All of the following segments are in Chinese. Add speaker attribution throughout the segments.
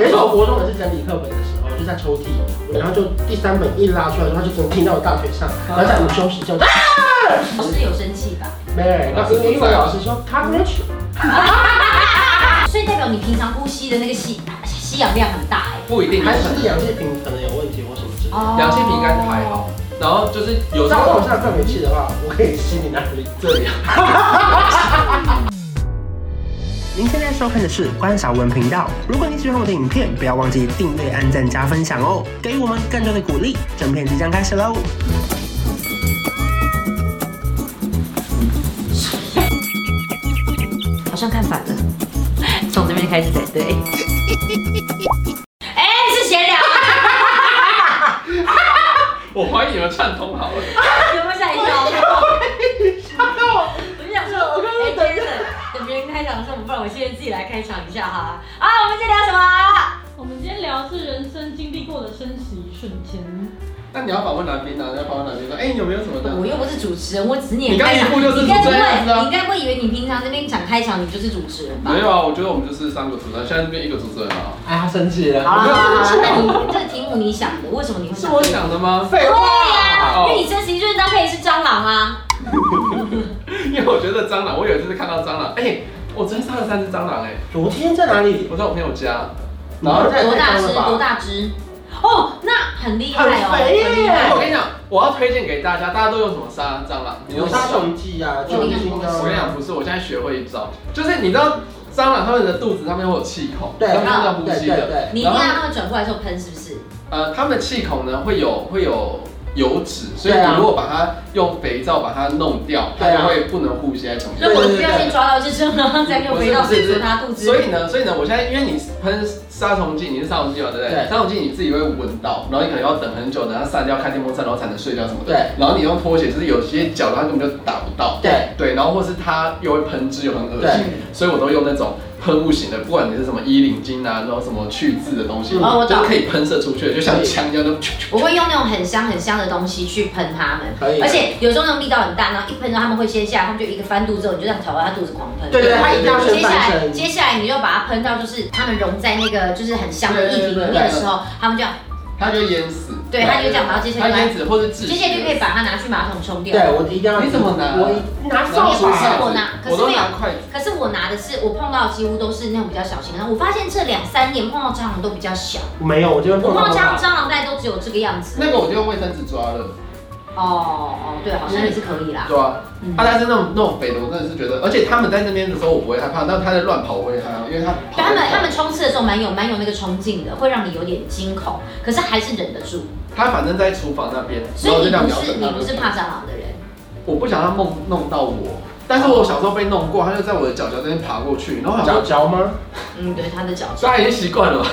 Speaker 1: 我国中也是整理课本的时候，就在抽屉，然后就第三本一拉出来的话，就整个听到我大腿上，然后在午休时就啊，
Speaker 2: 老师哦有生气吧？
Speaker 1: 没人，那因为英文老师说 cockroach，
Speaker 2: 所以代表你平常呼吸的那个吸吸氧量很大哎。
Speaker 3: 不一定，
Speaker 1: 还是氧气瓶可能有问题或什么之类的。
Speaker 2: 哦
Speaker 3: 两性平应该是还好。然后就是有时
Speaker 1: 那如果
Speaker 3: 候
Speaker 1: 我上课没去的话，我可以吸你哪里？啊
Speaker 3: 这里啊，
Speaker 4: 您现在收看的是关少文频道。如果你喜欢我的影片，不要忘记订阅、按赞、加分享哦，给予我们更多的鼓励。整片即将开始喽！
Speaker 2: 好像看反了， 从这边开始才对。 哎，是闲聊 啊，
Speaker 3: 我怀疑你们串通好 了。
Speaker 2: 有没有吓一跳？我就想说，我刚刚等着等别人开场的时候，不然我现在自己来开场一下哈。啊，我们今天聊什么？
Speaker 5: 我们今天聊的是人生经历过的生死一瞬间。
Speaker 3: 那你要访问来宾啊，你要访问来宾说，哎、你有没有什么的？
Speaker 2: 我又不是主持人，我只是念
Speaker 3: 你刚
Speaker 2: 开场。
Speaker 3: 一步就是
Speaker 2: 你该不
Speaker 3: 这样子啊
Speaker 2: 会，你该不会以为你平常这边讲开场，你就是主持人吧
Speaker 3: 没？有啊，我觉得我们就是三个主持人，现在这边一个主持人啊。
Speaker 1: 哎，他生气了。
Speaker 2: 好了啊好了好了，那你这个题目你想的，为什么你会
Speaker 3: 是
Speaker 2: 想？
Speaker 3: 我想的 吗？
Speaker 1: 废话，
Speaker 2: 对呀、因为
Speaker 3: 哦，
Speaker 2: 你身形就是搭配是蟑螂啊。
Speaker 3: 因为我觉得蟑螂，我有一次看到蟑螂，哎、我昨天杀了三只蟑螂、哎，
Speaker 1: 昨天在哪里？
Speaker 3: 我在我朋友家，
Speaker 1: 然后在
Speaker 2: 多大
Speaker 1: 太
Speaker 2: 只？
Speaker 1: 空了吧
Speaker 2: 多大只？哦，那很厉害哦，
Speaker 1: 很肥耶
Speaker 2: 很厉害
Speaker 3: 我跟你讲，我要推荐给大家，大家都用什么杀蟑螂？你
Speaker 1: 有
Speaker 3: 用手
Speaker 1: 杀虫剂啊，酒精啊。
Speaker 3: 我跟你讲，不是，我现在学会一招，就是你知道蟑螂它们的肚子上面会有气孔，
Speaker 1: 对
Speaker 3: 它们是在呼
Speaker 1: 对
Speaker 3: 吸
Speaker 1: 对
Speaker 3: 的。
Speaker 1: 对，
Speaker 2: 你一定要让他们转过来的时候喷，是不是？
Speaker 3: 呃，它们的气孔呢会有会有油脂，所以
Speaker 1: 对啊
Speaker 3: 你如果把它用肥皂把它弄掉，它
Speaker 1: 对啊
Speaker 3: 就会不能呼吸在中间。
Speaker 2: 所以我不要先抓到这只，然后再又回到
Speaker 3: 不是不是
Speaker 2: 水族它肚子。
Speaker 3: 所以呢，所以呢，我现在因为你喷杀虫剂，你是杀虫剂嘛，对不对？
Speaker 1: 对
Speaker 3: 杀虫剂你自己会闻到，然后你可能要等很久，等它散掉，开电风扇，然后才能睡觉什么的。
Speaker 1: 对。
Speaker 3: 然后你用拖鞋，就是有些脚它根本就打不到。
Speaker 1: 对
Speaker 3: 对，然后或是它又会喷汁，又很恶心
Speaker 1: 对，
Speaker 3: 所以我都用那种喷雾型的，不管你是什么衣领巾啊，然后什么去渍的东西，
Speaker 1: 嗯
Speaker 2: 哦我
Speaker 3: 就
Speaker 2: 懂
Speaker 3: 是可以喷射出去的，就像枪一样的。
Speaker 2: 我会用那种很香很香的东西去喷它们，
Speaker 1: 可以
Speaker 2: 而且有时候那种力道很大，然后一喷到它们会先下来，它们就一个翻肚之后，你就这样挑完它肚子狂喷。
Speaker 1: 对对，他一定要
Speaker 2: 接
Speaker 1: 先
Speaker 2: 下
Speaker 1: 翻
Speaker 2: 来，
Speaker 1: 身。
Speaker 2: 接下来你就把它喷到，就是它们融在那个就是很香的液体里面的时候，它们就要
Speaker 3: 它就淹死。
Speaker 2: 对它就这样然后接下来
Speaker 3: 它淹死或是窒息。
Speaker 2: 接下来就可以把它拿去马桶冲掉。
Speaker 1: 对，我一定要。
Speaker 3: 你怎么拿
Speaker 1: 我一拿扫
Speaker 3: 手
Speaker 2: 是
Speaker 1: 把
Speaker 2: 我。拿可是
Speaker 3: 我都
Speaker 2: 没有
Speaker 3: 拿筷子。
Speaker 2: 可是我拿的是我碰到的几乎都是那种比较小型的，我发现这两三年碰到蟑螂都比较小，
Speaker 1: 没有，我这边
Speaker 2: 我
Speaker 1: 碰
Speaker 2: 碰
Speaker 1: 到
Speaker 2: 到蟑螂
Speaker 1: 它。
Speaker 2: 蟑螂袋都只有这个样子。
Speaker 3: 那个我就用卫生纸抓了。
Speaker 2: 哦哦，对，好像也是可以啦。
Speaker 3: 对啊，
Speaker 2: 嗯
Speaker 3: 他但是那种那种肥的，我真的是觉得，而且他们在那边的时候我不会害怕，但他在乱跑我会害怕，因为他跑。
Speaker 2: 他们他们冲刺的时候蛮有蛮有那个冲劲的，会让你有点惊恐，可是还是忍得住。
Speaker 3: 他反正在厨房那边，
Speaker 2: 所
Speaker 3: 然后
Speaker 2: 以你
Speaker 3: 就这样
Speaker 2: 不
Speaker 3: 瞄
Speaker 2: 是
Speaker 3: 准
Speaker 2: 你
Speaker 3: 他。
Speaker 2: 不是怕蟑螂的人，
Speaker 3: 我不想让他梦弄到我，但是我小时候被弄过，他就在我的脚脚这边爬过去，然后我想
Speaker 1: 脚
Speaker 3: 说，
Speaker 1: 脚吗？
Speaker 2: 嗯，对，他的脚
Speaker 3: 所以他已经习惯了吧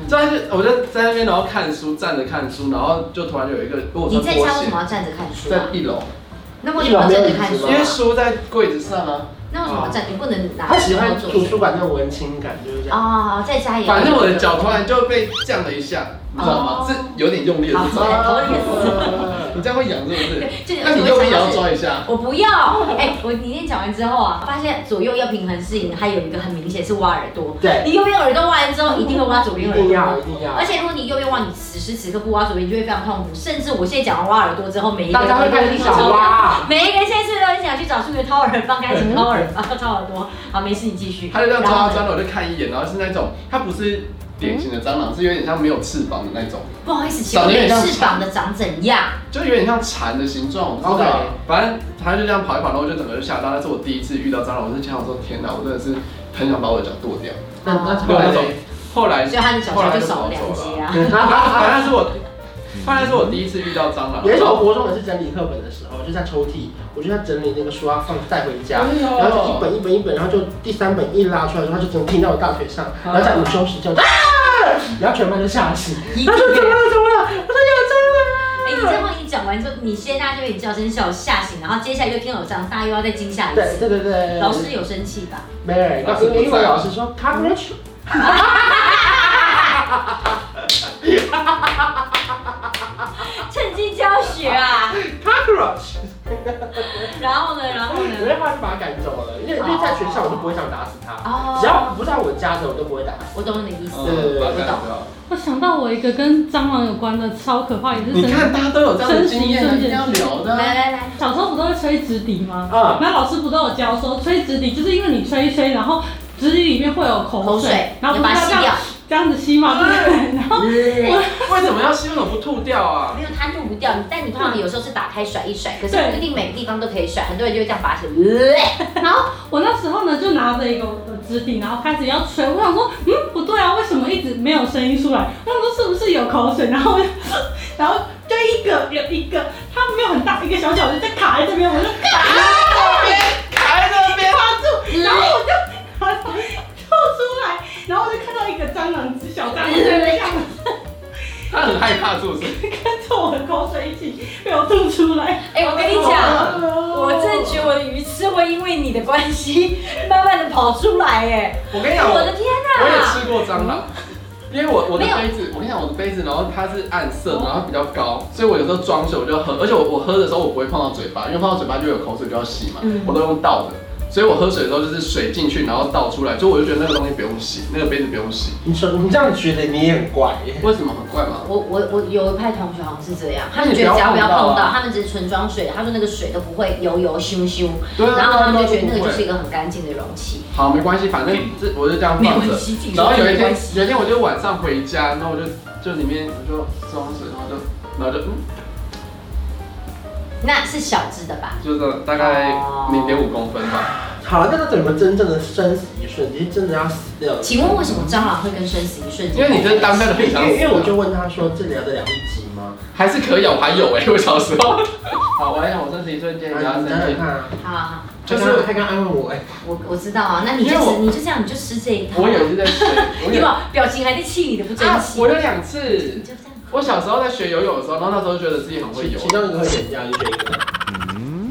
Speaker 2: 嗯。
Speaker 3: 所以他就我就在那边，然后看书，站着看书，然后就突然有一个，如果
Speaker 2: 你
Speaker 3: 穿
Speaker 2: 在
Speaker 3: 拖
Speaker 2: 家为什
Speaker 3: 鞋
Speaker 2: 么要站着看书
Speaker 3: 在
Speaker 2: 啊？
Speaker 3: 一楼，
Speaker 2: 那为什么要站着看
Speaker 1: 一
Speaker 2: 书
Speaker 1: 楼没有椅子吗
Speaker 2: 啊
Speaker 3: 因为？书在柜子上啊。
Speaker 2: 那为什么要站？你不能拿
Speaker 1: 他喜欢
Speaker 2: 坐
Speaker 1: 图书馆那种文青感，就是这样。
Speaker 2: 哦，在家也
Speaker 3: 反正我的脚突然就被降了一下，你知道
Speaker 2: 哦？
Speaker 3: 吗是有点用力的那种
Speaker 2: 好。我也
Speaker 3: 你这样会痒是不是？
Speaker 2: 就
Speaker 3: 那你右边也要抓一下。
Speaker 2: 我不要，哎、我你那天讲完之后啊，发现左右要平衡适应，还有一个很明显是挖耳朵。
Speaker 1: 对，
Speaker 2: 你右边耳朵挖完之后，一定会挖左边
Speaker 1: 一
Speaker 2: 耳
Speaker 1: 定要
Speaker 2: 朵。
Speaker 1: 一定要
Speaker 2: 而。且如果你右边挖，你此时此刻不挖左边，你就会非常痛苦。甚至我现在讲完挖耳朵之后，每一个
Speaker 1: 大
Speaker 2: 人
Speaker 1: 家会
Speaker 2: 都
Speaker 1: 开
Speaker 2: 跟
Speaker 1: 始
Speaker 2: 你
Speaker 1: 想
Speaker 2: 说
Speaker 1: 哇，
Speaker 2: 每一个人现在是不是都很想去找数学掏耳放开始掏耳放掏耳朵？好，没事，你继续。
Speaker 3: 他就这样抓
Speaker 2: 然后
Speaker 3: 抓
Speaker 2: 呢
Speaker 3: 了，我就看一眼，然后是那种，它不是典型的蟑螂，是有点像没有翅膀的那种，
Speaker 2: 不好意思，请问
Speaker 3: 长得有点像
Speaker 2: 翅膀的长怎样？
Speaker 3: 就有点像蝉的形状。我不知
Speaker 1: OK
Speaker 3: 道，反正它就这样跑一跑，然后我就整个就吓到。那是我第一次遇到蟑螂，我是想说天哪，我真的是很想把我的脚剁掉。
Speaker 1: 那那
Speaker 3: 后
Speaker 1: 后
Speaker 3: 来
Speaker 1: 来
Speaker 3: 走，后 来
Speaker 2: 所以他的脚
Speaker 3: 后
Speaker 2: 上
Speaker 3: 来
Speaker 2: 就少了
Speaker 3: 跑
Speaker 2: 两
Speaker 3: 走
Speaker 2: 节
Speaker 3: 了。
Speaker 2: 啊。
Speaker 3: 反正是我，反正是我第一次遇到蟑螂。
Speaker 1: 有一次我国中也是整理课本的时候，就在抽屉，我就在整理那个书要放带回家，然后就一本一本一本，然后就第三本一拉出来的话，就整个停到我大腿上，然后在午休 时就啊，然后全班就吓醒，
Speaker 2: 一
Speaker 1: 他说怎么了怎么了？我说
Speaker 2: 哎、
Speaker 1: 有
Speaker 2: 你
Speaker 1: 蟑螂
Speaker 2: 这
Speaker 1: 啊。
Speaker 2: 话一讲完之后，你先大家就被你叫声笑吓醒，然后接下来又听到有这样，大家又要再惊吓一
Speaker 1: 对
Speaker 2: 次。
Speaker 1: 对对对，
Speaker 2: 老师有生气吧？
Speaker 1: 没人，
Speaker 3: 老
Speaker 1: 那
Speaker 3: 师
Speaker 1: 因为
Speaker 3: 不在
Speaker 1: 啊英文老师说 coverage，
Speaker 2: 趁机教学啊！
Speaker 1: cockroach，
Speaker 2: 啊 然后呢，然后呢？
Speaker 1: 然后办法赶走了，因为因为在学校我就不会想打死他，只要
Speaker 2: 哦，
Speaker 1: 不在我家的我都不会打死。
Speaker 2: 我懂你的意思。
Speaker 1: 对
Speaker 3: 嗯把它
Speaker 1: 我
Speaker 3: 改
Speaker 2: 懂
Speaker 3: 掉。
Speaker 5: 我想到我一个跟蟑螂有关的超可怕，也是
Speaker 3: 你
Speaker 5: 真的。
Speaker 3: 看大家都有这样的经验啊，一定要聊
Speaker 2: 来
Speaker 3: 的啊。
Speaker 2: 来来，
Speaker 5: 小时候不都会吹纸笛吗？
Speaker 1: 啊，
Speaker 5: 然后老师不都有教说吹纸笛，就是因为你吹一吹，然后纸笛里面会有口水，
Speaker 2: 口水，
Speaker 5: 然后
Speaker 2: 你
Speaker 5: 不
Speaker 2: 把它吸
Speaker 5: 是要这样
Speaker 2: 掉。
Speaker 5: 这样子吸吗？对不对？然后
Speaker 1: 啊
Speaker 3: 为什么要吸？为什么不吐掉啊？
Speaker 2: 没有，它吐不掉。但你通常有时候是打开甩一甩，可是
Speaker 5: 对
Speaker 2: 不一定每个地方都可以甩，很多人就会这样拔起来。
Speaker 5: 然后我那时候呢，就拿着一个我的纸笛，然后开始要吹。我想说，嗯，不对啊，为什么一直没有声音出来？我想说是不是有口水？然后我就，然后就一个有一个，它没有很大，一个小小的在卡在这边，我就卡
Speaker 3: 还在那边。
Speaker 5: 卡住，然后我就 把它吐出来，然后我就看到一个蟑螂，只小蟑螂在那样
Speaker 3: 他很害怕，是不是？
Speaker 5: 跟着我的口水一起被我吐出来。
Speaker 2: 哎、我跟你
Speaker 3: 哦
Speaker 2: 讲，我真的觉得我的鱼刺会因为你的关系慢慢的跑出来，哎，
Speaker 3: 我跟你讲，
Speaker 2: 我
Speaker 3: 我
Speaker 2: 的天
Speaker 3: 我也
Speaker 2: 哪、
Speaker 3: 吃过蟑螂，因为我我的
Speaker 2: 没有哦
Speaker 3: 杯子，我跟你讲我的杯子，然后它是暗色，然后它比较高，所以我有时候装水我就喝，而且我我喝的时候我不会碰到嘴巴，因为碰到嘴巴就有口水就要吸嘛
Speaker 2: 嗯，
Speaker 3: 我都用倒的。所以我喝水的时候就是水进去，然后倒出来，所以我就觉得那个东西不用洗，那个杯子不用洗。
Speaker 1: 你说你这样觉得你也很怪耶。
Speaker 3: 为什么很怪吗？
Speaker 2: 我我我有一派同学好像是这样，他
Speaker 3: 那
Speaker 2: 们
Speaker 3: 你
Speaker 2: 觉得
Speaker 3: 不要
Speaker 2: 只要不要
Speaker 3: 碰到
Speaker 2: 碰到，
Speaker 3: 啊
Speaker 2: 他们只是纯装水，他说那个水都不会油油咻咻，
Speaker 3: 对啊
Speaker 2: 然后他们就觉得
Speaker 3: 对啊
Speaker 2: 那个
Speaker 3: 对啊
Speaker 2: 就是一个很干净的容器。
Speaker 3: 好，没关系，反正这我就这样放着。啊然后有一天，有一天我就晚上回家，然后我就就里面我就装水，然后就然后就嗯，
Speaker 2: 那是小只的吧？
Speaker 3: 就这样大概零点五公分吧。
Speaker 1: 好了，那到底有没有真正的生死一瞬间，真的要死掉了？
Speaker 2: 请问为什么蟑螂会跟生死一瞬
Speaker 3: 因
Speaker 2: 间？
Speaker 3: 为你这当下的很
Speaker 1: 因
Speaker 3: 想
Speaker 1: 为
Speaker 3: 死
Speaker 1: 因为我就问他说，这里要再聊一集吗？
Speaker 2: 哦
Speaker 3: 还是可以啊，我还有哎、我小时 候。好，我来讲我这是一瞬间，
Speaker 1: 啊
Speaker 3: 然后
Speaker 1: 你想想
Speaker 3: 生气。
Speaker 1: 看啊，
Speaker 2: 好好好，
Speaker 3: 就是
Speaker 1: 他刚他刚安慰我，哎，
Speaker 2: 我我知道啊，那你就
Speaker 3: 因为我
Speaker 2: 吃，你就这样，你就吃这一套。
Speaker 3: 我有一次 在水，我
Speaker 2: 你
Speaker 3: 有
Speaker 2: 把表情还在气你的不争
Speaker 3: 啊，
Speaker 2: 气，
Speaker 3: 我有两次
Speaker 2: 你。就这样。
Speaker 3: 我小时候在学游泳的时候，然后那时候觉得自己很会
Speaker 1: 其
Speaker 3: 游
Speaker 1: 其。中一个会减价，就选一个。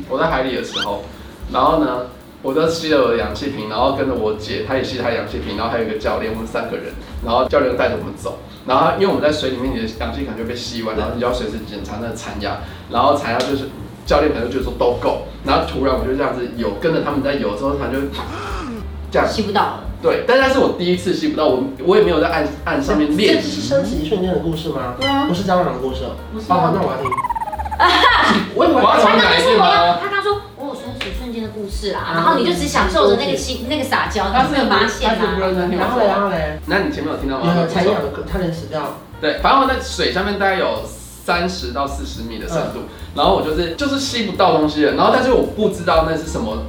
Speaker 3: 我在海里的时候，然后呢，我就吸了我的氧气瓶，然后跟着我姐，她也吸她的氧气瓶，然后还有一个教练，我们三个人，然后教练带着我们走，然后因为我们在水里面，你的氧气可能就被吸完，然后你就要随时检查那个残压，然后残压就是教练可能就觉得说都够，然后突然我就这样子游，跟着他们在游之后，他就这样，
Speaker 2: 吸不到了，
Speaker 3: 对，但那是我第一次吸不到，我我也没有在岸岸上面
Speaker 1: 哦这
Speaker 3: 练
Speaker 1: 只是
Speaker 3: 习。
Speaker 1: 生死一瞬间的故事吗？不是蟑螂的故事哦。哦，好，那我要听。我以为
Speaker 3: 我要从
Speaker 2: 他刚
Speaker 3: 哪
Speaker 2: 刚
Speaker 3: 一
Speaker 2: 说
Speaker 3: 面
Speaker 2: 我要，
Speaker 3: 吗？啊
Speaker 2: 他刚说我有生死瞬间的故事啦，
Speaker 1: 嗯
Speaker 2: 然后你就只享受着那个气那个撒娇，
Speaker 3: 他
Speaker 2: 你
Speaker 3: 是
Speaker 2: 没有发现啊
Speaker 3: 他是不
Speaker 2: 啦。
Speaker 3: 认真听我
Speaker 1: 然后嘞，然
Speaker 3: 说。
Speaker 1: 后嘞，
Speaker 3: 那你前面有听到吗？
Speaker 1: 有才养的，差点死掉。
Speaker 3: 对，反正我在水下面大概有三十到四十米的深度，然后我就是就是吸不到东西了，然后但是我不知道那是什么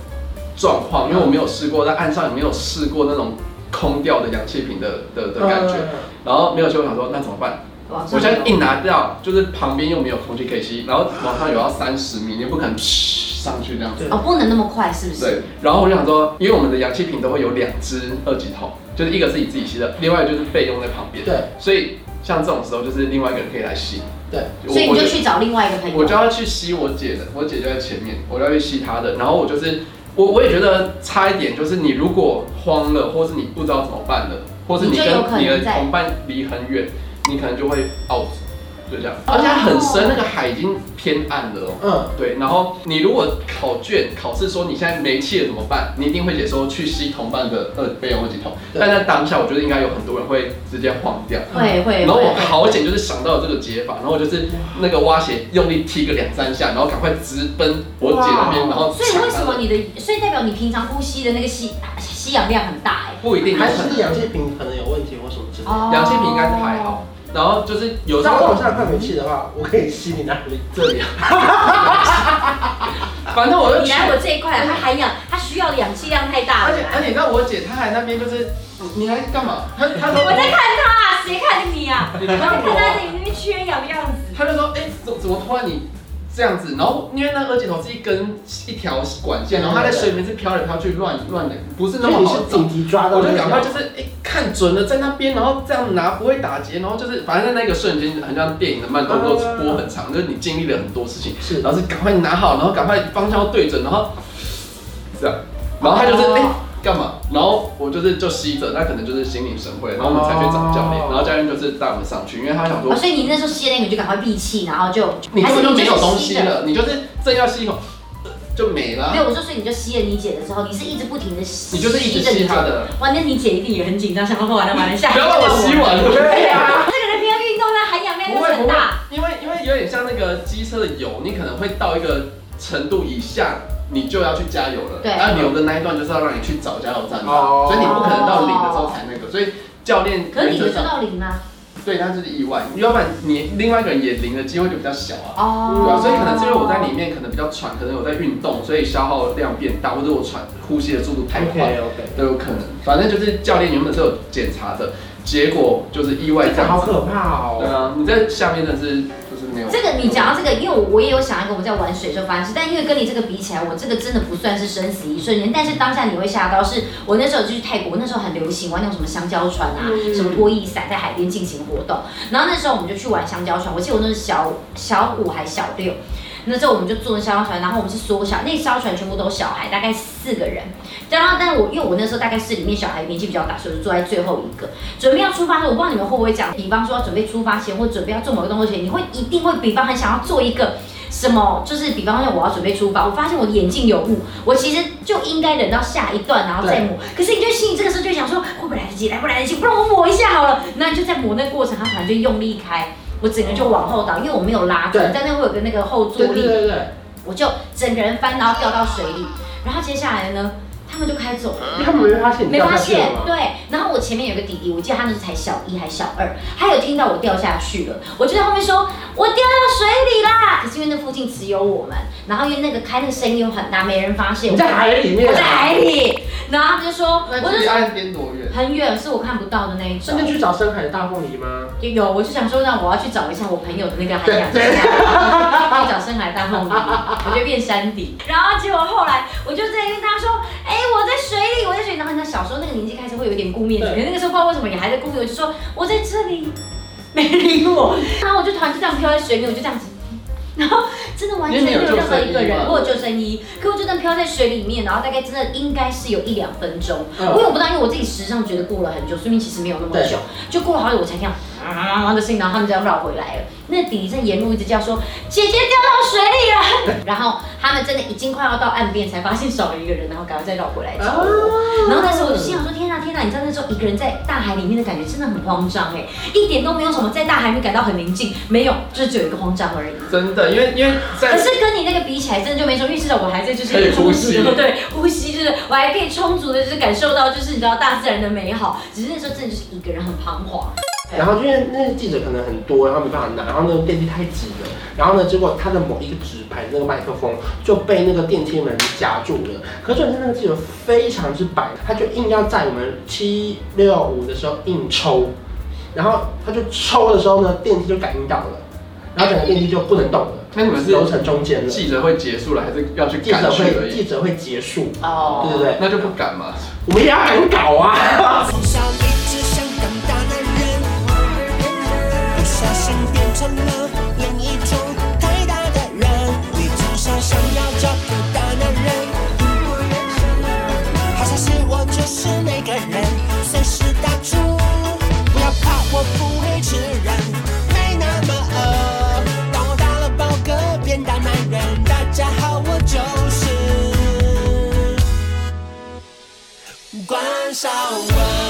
Speaker 3: 状况，因为我没有试过，在岸上也没有试过那种空掉的氧气瓶的的的感觉，
Speaker 1: 嗯
Speaker 3: 然后没有就我想说那怎么办？
Speaker 2: 往上
Speaker 3: 我现在一拿掉，就是旁边又没有空气可以吸，然后往上有要三十米，你不可能上去那样子。
Speaker 2: 哦，不能那么快，是不是？
Speaker 3: 对，然后我就想说，因为我们的氧气瓶都会有两只二级头，就是一个是你自己吸的，另外就是备用在旁边。
Speaker 1: 对
Speaker 3: 所以像这种时候，就是另外一个人可以来吸。
Speaker 1: 对，
Speaker 3: 我
Speaker 2: 所以你就
Speaker 3: 我
Speaker 2: 去找另外一个朋
Speaker 3: 我就
Speaker 2: 友。
Speaker 3: 要去吸我姐的，我姐就在前面，我就要去吸她的。然后我就是，我我也觉得差一点，就是你如果慌了，或是你不知道怎么办了，或是你
Speaker 2: 你就
Speaker 3: 跟
Speaker 2: 有可能
Speaker 3: 你的
Speaker 2: 在
Speaker 3: 同伴离很远，你可能就会 out，就这样。
Speaker 2: 哦
Speaker 3: 而且它很深，那个海已经偏暗了哦。
Speaker 1: 嗯，
Speaker 3: 对，然后你如果考卷考试说你现在没气了怎么办？你一定会解说去吸同伴的二备用二级头，
Speaker 1: 对
Speaker 3: 但在当下我觉得应该有很多人会直接晃掉。
Speaker 2: 会会
Speaker 3: 然后我
Speaker 2: 会，
Speaker 3: 好险就是想到了这个解法，然后我就是那个蛙鞋用力踢个两三下，然后赶快直奔我姐那边，然后
Speaker 2: 所以为什
Speaker 3: 抢她
Speaker 2: 么
Speaker 3: 的
Speaker 2: 你的，所以代表你平常呼吸的那个吸吸氧量很大哎。
Speaker 3: 不一定
Speaker 1: 还
Speaker 3: 还
Speaker 1: 是
Speaker 3: 是
Speaker 1: 氧气瓶可能有问题或什么之类的。
Speaker 2: 哦
Speaker 3: 氧气瓶应该是还好，然后就是有时
Speaker 1: 那我
Speaker 3: 候
Speaker 1: 往下快没气的话，我可以吸你哪里？
Speaker 3: 这里，反正我就
Speaker 2: 你来我这一块，它含氧，它需要的氧气量太大
Speaker 3: 而
Speaker 2: 了
Speaker 3: 且。而且你知道我姐她还那边就是你你来干嘛？她她说
Speaker 2: 我在看他，谁看你啊？
Speaker 3: 你
Speaker 2: 我在
Speaker 3: 看
Speaker 2: 看
Speaker 3: 我
Speaker 2: 他
Speaker 3: 啊
Speaker 2: 在你那边缺氧的样子。
Speaker 3: 他就说，哎、怎怎么突然你这样子？然后因为那二级头是一根一条管线，然后它在水里面是飘来飘去，乱乱的，不是
Speaker 1: 所
Speaker 3: 那
Speaker 1: 以
Speaker 3: 么
Speaker 1: 你
Speaker 3: 好
Speaker 1: 是
Speaker 3: 找
Speaker 1: 紧。急抓到
Speaker 3: 我
Speaker 1: 那
Speaker 3: 就赶快
Speaker 1: 个
Speaker 3: 就是哎、看准了在那边，然后这样拿不会打结，然后就是反正在那个瞬间很像电影的慢动作
Speaker 1: 嗯
Speaker 3: 播很长，就是你经历了很多事情，
Speaker 1: 是
Speaker 3: 然后是赶快拿好，然后赶快方向要对准，然后这样，然后他就是
Speaker 2: 哦
Speaker 3: 哎干、嘛？然后我就是就吸着，那可能就是心领神会，然后我们才去找教练，
Speaker 1: 哦
Speaker 3: 然后教练就是带我们上去，因为他想说
Speaker 2: 哦，所以你那时候吸的那个，你就赶快闭气，然后就
Speaker 3: 你根本就没有东西
Speaker 2: 还是你就是吸的
Speaker 3: 了，你就是正要吸一口，呃就没了
Speaker 2: 没。有，我就说你就吸了你姐的时候，你是一直不停的吸，
Speaker 3: 你就是一直
Speaker 2: 着你
Speaker 3: 吸
Speaker 2: 姐
Speaker 3: 她的。
Speaker 2: 哇，那你姐一定也很紧张，想说完了 完了，下一
Speaker 3: 不
Speaker 2: 个
Speaker 3: 要让我吸完了。对呀、
Speaker 2: 这个人平常运动量含氧量
Speaker 3: 不
Speaker 2: 就是
Speaker 3: 会
Speaker 2: 哎很
Speaker 3: 不会
Speaker 2: 大，，
Speaker 3: 因为因为有点像那个机车的油，你可能会到一个程度以下，你就要去加油了。
Speaker 2: 对
Speaker 3: 那油的那一段就是要让你去找加油站嘛，
Speaker 1: 哦
Speaker 3: 所以你不可能到零的时候才那个，所以。教练
Speaker 2: 可是你
Speaker 3: 原
Speaker 2: 就知
Speaker 3: 则上
Speaker 2: 道零啦。
Speaker 3: 对他就是意外，要不然你另外一个人也零的机会就比较小啊。
Speaker 2: 哦
Speaker 3: 对啊，所以可能是因为我在里面可能比较喘，可能有在运动，所以消耗量变大，或者我喘呼吸的速度太快
Speaker 1: OK OK，
Speaker 3: 都有可能。反正就是教练原本是有检查的，结果就是意外
Speaker 1: 这
Speaker 3: 这
Speaker 1: 个
Speaker 3: 样
Speaker 1: 好
Speaker 3: 子。
Speaker 1: 可怕
Speaker 3: 对
Speaker 1: 哦。
Speaker 3: 啊，你在下面真的是就是没有。
Speaker 2: 这个你讲到这个，因为我也有想一个我们在玩水的时候发生事，但因为跟你这个比起来，我这个真的不算是生死一瞬间，但是当下你会吓到是，我那时候就去泰国，那时候很流行玩那种什么香蕉船啊，
Speaker 5: 嗯
Speaker 2: 什么拖曳伞在海边进行活动，然后那时候我们就去玩香蕉船，我记得我那是小小五还小六。那时候我们就坐那香蕉船，然后我们是缩小，那艘船全部都小孩，大概四个人。然后，但我因为我那时候大概是里面小孩年纪比较大，所以我就坐在最后一个。准备要出发的时候，我不知道你们会不会讲，比方说要准备出发前或准备要做某个动作前，你会一定会比方很想要做一个什么，就是比方说我要准备出发，我发现我的眼镜有雾，我其实就应该等到下一段然后再抹。可是你就心里这个时候就想说，会不会来得及？来不来得及？不然我抹一下好了。那你就在抹那个过程，它突然就用力开，我整个就往后倒，因为我没有拉住
Speaker 1: 对，
Speaker 2: 但那会有个那个后坐
Speaker 1: 对
Speaker 2: 力
Speaker 1: 对。对对，
Speaker 2: 我就整个人翻，然后掉到水里，然后接下来呢，他们就开走了。
Speaker 1: 他们没发现你
Speaker 2: 没
Speaker 1: 掉
Speaker 2: 发
Speaker 1: 下去
Speaker 2: 现
Speaker 1: 了，吗？
Speaker 2: 对。然后我前面有个弟弟，我记得他那时候才小一还小二，他有听到我掉下去了，我就在后面说，我掉到水里啦。可是因为那附近只有我们，然后因为那个开那个声音又很大，没人发现。
Speaker 1: 你在海里面啊
Speaker 2: 我在海里，然后他就说，我
Speaker 3: 那
Speaker 2: 就
Speaker 3: 离
Speaker 2: 说
Speaker 3: 岸边多远？
Speaker 2: 很远，是我看不到的那一
Speaker 1: 顺
Speaker 2: 种。
Speaker 1: 便去找深海的大凤梨吗？
Speaker 2: 有有，我就想说，那我要去找一下我朋友的那个海洋
Speaker 1: 对
Speaker 2: 线，去找深海大梦 里，我就变山底。然后结果后来，我就在跟大家说，哎、我在水里，我在水里。然后那小时候那个年纪开始会有点顾面子，
Speaker 1: 对
Speaker 2: 可是那个时候不知道为什么也还在顾面，我就说我在这里， 没理我。然后我就突然就这样飘在水里，我就这样子。然后真的完全没有任何一个
Speaker 3: 因为你有救生衣
Speaker 2: 人
Speaker 3: 嘛，
Speaker 2: 我有救生衣，可我就这样飘在水里面，然后大概真的应该是有一两分钟，因为
Speaker 1: 嗯，
Speaker 2: 我不知道，因为我自己时上觉得过了很久，说明其实没有那么
Speaker 1: 对
Speaker 2: 久，就过了好久我才听到啊的声音，然后他们这样绕回来了。那弟弟在沿路一直叫说：“姐姐掉到水里了。”然后他们真的已经快要到岸边，才发现少了一个人，然后赶快再绕回来找我。然后那时候我就心想说：“天呐天呐，你知道那时候一个人在大海里面的感觉真的很慌张哎，一点都没有什么在大海里面感到很宁静，没有，就是只有一个慌张而已。”
Speaker 3: 真的，因为因为
Speaker 2: 可
Speaker 3: 在
Speaker 2: 是跟你那个比起来，真的就没什么，因为至少我还在就是
Speaker 3: 可以呼吸
Speaker 2: 充足的对，呼吸就是我还可以充足的，就是感受到就是你知道大自然的美好。只是那时候真的就是一个人很彷徨，
Speaker 1: 啊然后因为那些记者可能很多，然后没办法拿，然后那个电梯太挤了，然后呢，结果他的某一个纸牌那个麦克风就被那个电梯门夹住了。可是重点是那个记者非常之白，他就硬要在我们七六五的时候硬抽，然后他就抽的时候呢，电梯就感应到了，然后整个电梯就不能动了，
Speaker 3: 那你们
Speaker 1: 楼
Speaker 3: 是
Speaker 1: 层中间了。
Speaker 3: 记者会结束了，还是要去
Speaker 1: 记
Speaker 3: 赶
Speaker 1: 者
Speaker 3: 去而
Speaker 1: 会
Speaker 3: 已？
Speaker 1: 记者会结束，
Speaker 2: 哦
Speaker 1: 对不对？
Speaker 3: 那就不敢嘛。
Speaker 1: 我们也要赶稿啊！
Speaker 6: 从小一直想当大男人，不小心变成了另一种太大的人。你至少想要找个大男人，好消息我就是那个人，随时打住，不要怕，我不会吃人，没那么饿。当我打了饱嗝变大男人，大家好，我就是关少文。